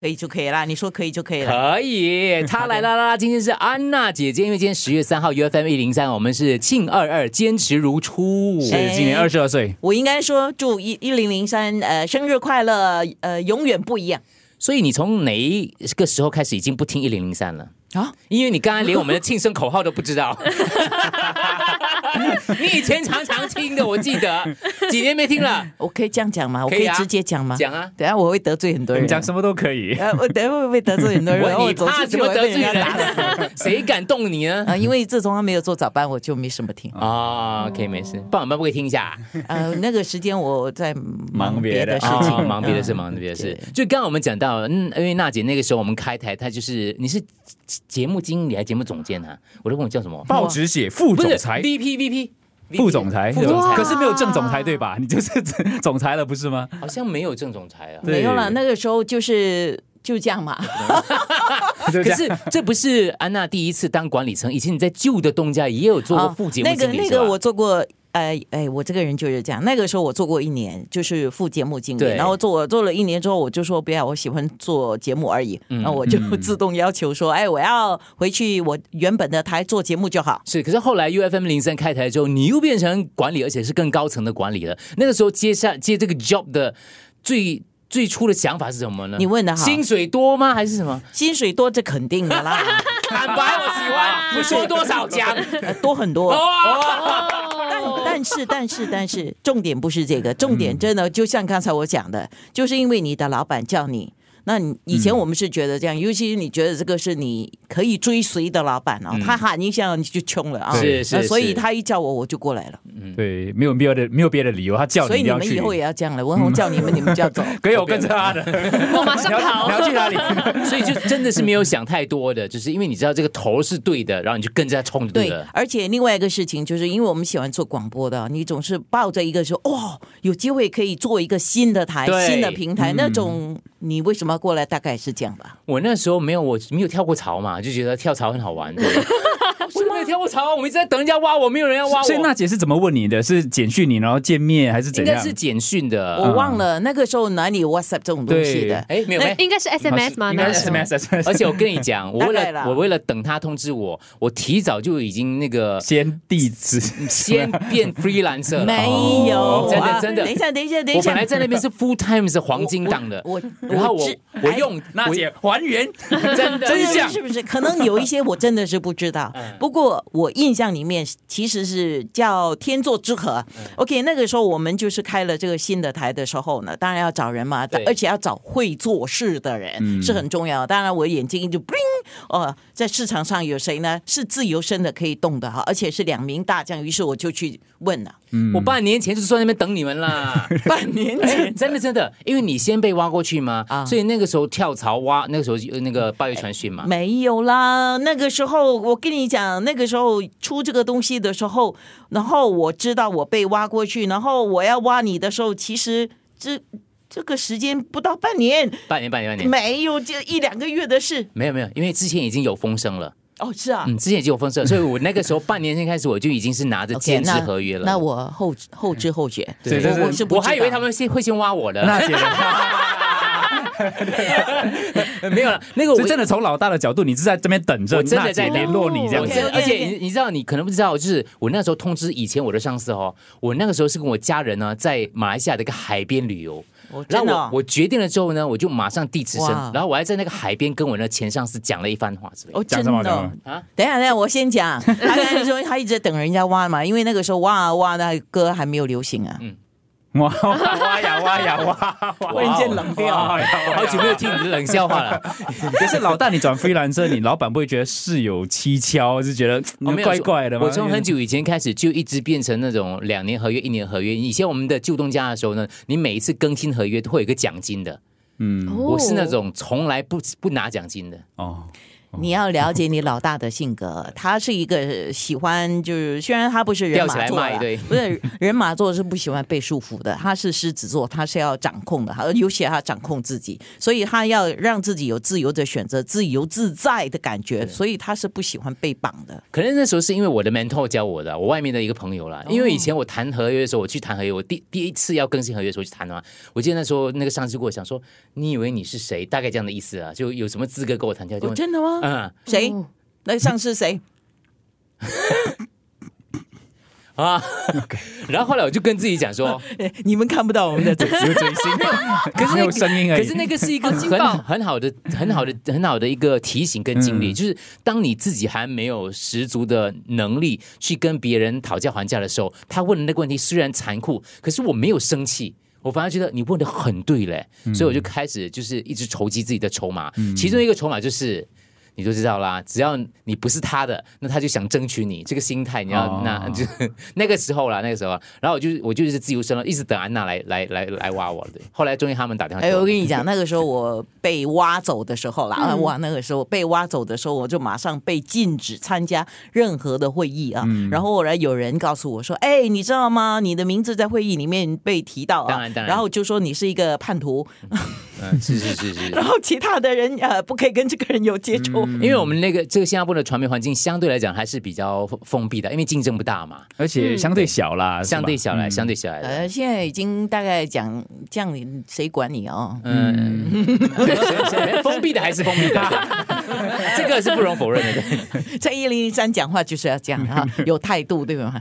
可以就可以啦，你说可以就可以了。可以，他来啦啦啦！今天是安娜姐姐，因为今天十月三号 U F M 一零三，我们是庆二二，坚持如初。哎是今年二十二岁，我应该说祝一一零零三呃生日快乐，呃永远不一样所以你从哪一个时候开始已经不听一零零三了？啊！因为你刚刚连我们的庆生口号都不 知道。你以前常常听的，我记得几年没听了。我可以这样讲吗？我可可以以啊直接讲吗？讲啊，等一下我会得罪很多你人。讲什么都可以。呃，我等一下会不会得罪很多人？然后我我你走怕出什去么我会得被罪人家打死人？啊谁敢动你呢？啊，因为自从他没有做早班，我就没什么 听。啊，OK，没事，爸爸妈妈会听一下啊。呃，那个时间我在忙忙别别的的事啊，情，忙别的事，嗯忙别的事对。就刚刚我们讲到，嗯，因为娜姐那个时候我们开台，她就是你是节目经理还是节目总监啊？我都忘了叫什么， 报纸写副不是总裁， VP VP 副总裁，副总裁可是没有正总裁对吧？你就是总裁了，不是吗？好像没有正总裁啊。对没有了。那个时候就是就这样嘛。就这可样是这不是安娜第一次当管理层，以前你在旧的东家也有做过啊，副节目那个经理、那是吧个我做过。哎哎，我这个人就是这样。那个时候我做过一年，就是副节目经理，对然后做我做了一年之后，我就说不要，我喜欢做节目而已。嗯然后我就自动要求说，哎，我要回去我原本的台做节目就好。是，可是后来 U F M 零三开台之后，你又变成管理，而且是更高层的管理了。那个时候接下接这个 job 的最最初的想法是什么呢？你问得好薪水多吗？还是什么？薪水多这肯定的啦， 坦白，我喜欢，不说多少讲。呃多很多。哦，但但是但是但是，重点不是这个，重点真的就像刚才我讲的，就是因为你的老板叫你。那你以前我们是觉得这样，尤其是你觉得这个是你可以追随的老板哦，他喊一下你就冲了啊，是是那所是以他一叫我我就过来了，对，没有没有的，没有别的理由，他叫所你以一定你要们去以。后也要这样了。文红叫你们，你们就要走。可以，我跟着他的。我马你上要 逃你。要去哪 里？ 所以就真的是没有想太多的，就是因为你知道这个头是对的，然后你就跟着他冲就对对了，。而且另外一个事情就是，因为我们喜欢做广播的，你总是抱着一个说，哦，有机会可以做一个新的台、对新的平台，那种你为什么要过来？大概是这样吧。我那时候没有，我没有跳过槽嘛，就觉得跳槽很好 玩。对我就没有跳过槽，我们一直在等人家挖我，没有人要挖我。所以娜姐是怎么问你的？是简讯你，然后见面，还是应怎该样？是简讯的，我忘了那个时候哪里有 WhatsApp 这种东西哦的。哎，没有没有。应该是 SMS 吗？应该那啊是时候 SMS SMS。而且我跟你讲，我为大概了啦我为了等他通知我，我提早就已经那个先地址，先 变 freelancer 了。没有、哦真的啊真的等一下，等一下，等一我下。本来在那边是 full time 是黄金档的，我然后我知我哎用娜姐还原真嗯的真相是不是？可能有一些我真的是不知 道，不过我印象里面其实是叫天作之合。OK，那嗯个时候我们就是开了这个新的台的时候呢，当然要找人嘛对，嗯而且要找会做事的人、是很重要的。当然我眼睛就 bling 哦，在市场上有谁呢？是自由身的可以动的哈，而且是两名大将，于是我就去问了。我半年前就是坐在那边等你们啦。半年哎，前。真的真的，因为你先被挖过去嘛，啊所以那个时候跳槽挖，那个时候呃那个八月传讯嘛，没有啦，那个时候我跟你讲，那个时候出这个东西的时候，然后我知道我被挖过去，然后我要挖你的时候，其实这这个时间不到半年，半年半年半年，没有这一两个月的事。没有没有，因为之前已经有风声了，哦，是啊。嗯，之前已经有风声，所以我那个时候半年前开始我就已经是拿 着 OK，兼职那合约了。那我后后知后觉，对这是我我是不我还以为知道他们先会先挖我的，娜 姐的， 没有了，那个我是真的从老大的角度，你是在这边等着，我真的在等联络你这样我子真的， OK，OK，OK 而且你你知道，你可能不知道，就是我那时候通知以前我的上司哦，我那个时候是跟我家人呢在马来西亚的一个海边旅游。哦真然后的我哦我决定了之后呢，我就马上递辞哇呈，然后我还在那个海边跟我那前上司讲了一番话之类的。哦，讲真什么的哦讲什么。等一下，等一下，我先讲。他刚才说他一直在等人家挖嘛，因为那个时候挖啊挖，那歌还没有流行啊。哇哇呀哇呀哇！忽然间冷掉哇呀我好久没有听你的冷笑 话了，可是老大，你转 freelancer，你老板不会觉得事有蹊跷，是觉得我哦没有怪怪的吗？我从很久以前开始就一直变成那种两年合约、一年合约。以前我们的旧东家的时候呢，你每一次更新合约都会有一个奖金的，嗯哦我是那种从来不不拿奖金的。哦，你要了解你老大的性格，他是一个喜欢就是，虽然他不是人吊起马来座骂一啦堆不是人马座是不喜欢被束缚的，他是狮子座，他是要掌控的，他尤其他掌控自己，所以他要让自己有自由的选择、自由自在的感觉，所以他是不喜欢被绑的。可能那时候是因为我的 mentor 教我的，我外面的一个朋友啦。因为以前我谈合约的时候，我去谈合约，我第第一次要更新合约的时候去谈嘛。我记得那时候那个上司跟我讲说：“你以为你是谁？”大概这样的意思啊，就有什么资格跟我谈价？就哦，真的吗？嗯谁？那上是谁？ 啊。然后后来我就跟自己讲说，你们看不到我们的嘴。只有嘴型，可是没有声音而可已嗯是。那个是一 个好劲很爆很好的、很好的、很好的一个提醒跟经历，就是当你自己还没有十足的能力去跟别人讨价还价的时候，他问的那个问题虽然残酷，可是我没有生气。我反而觉得你问的很对嘞，嗯所以我就开始就是一直筹集自己的筹码，其中一个筹码就是你就知道啦，只要你不是他的，那他就想争取你这个心态，你要、哦那 就那个时候啦，那个时候啊，然后我就我就是自由身了，一直等安娜来来来来挖我的，后来终于他们打电话给哎，我，我跟你讲，那个 时候我被挖走的时候啦，嗯啊，哇，那个时候被挖走的时候，我就马上被禁止参加任何的会议啊。嗯然后后来有人告诉我说，哎，你知道吗？你的名字在会议里面被提到啊，当然当然后就说你是一个叛徒，嗯， 是是是是。然后其他的人呃不可以跟这个人有接触。因为我们那个这个新加坡的传媒环境相对来讲还是比较封封闭的，因为竞争不大嘛，而且相对小啦，是吧相对小来，相对小来的。呃，现在已经大概讲这样，你谁管你 哦？ 嗯，封闭的还是封闭的， 这个是不容否认的。 嗯在一零一三讲话就是要这样啊，有态度，对吗？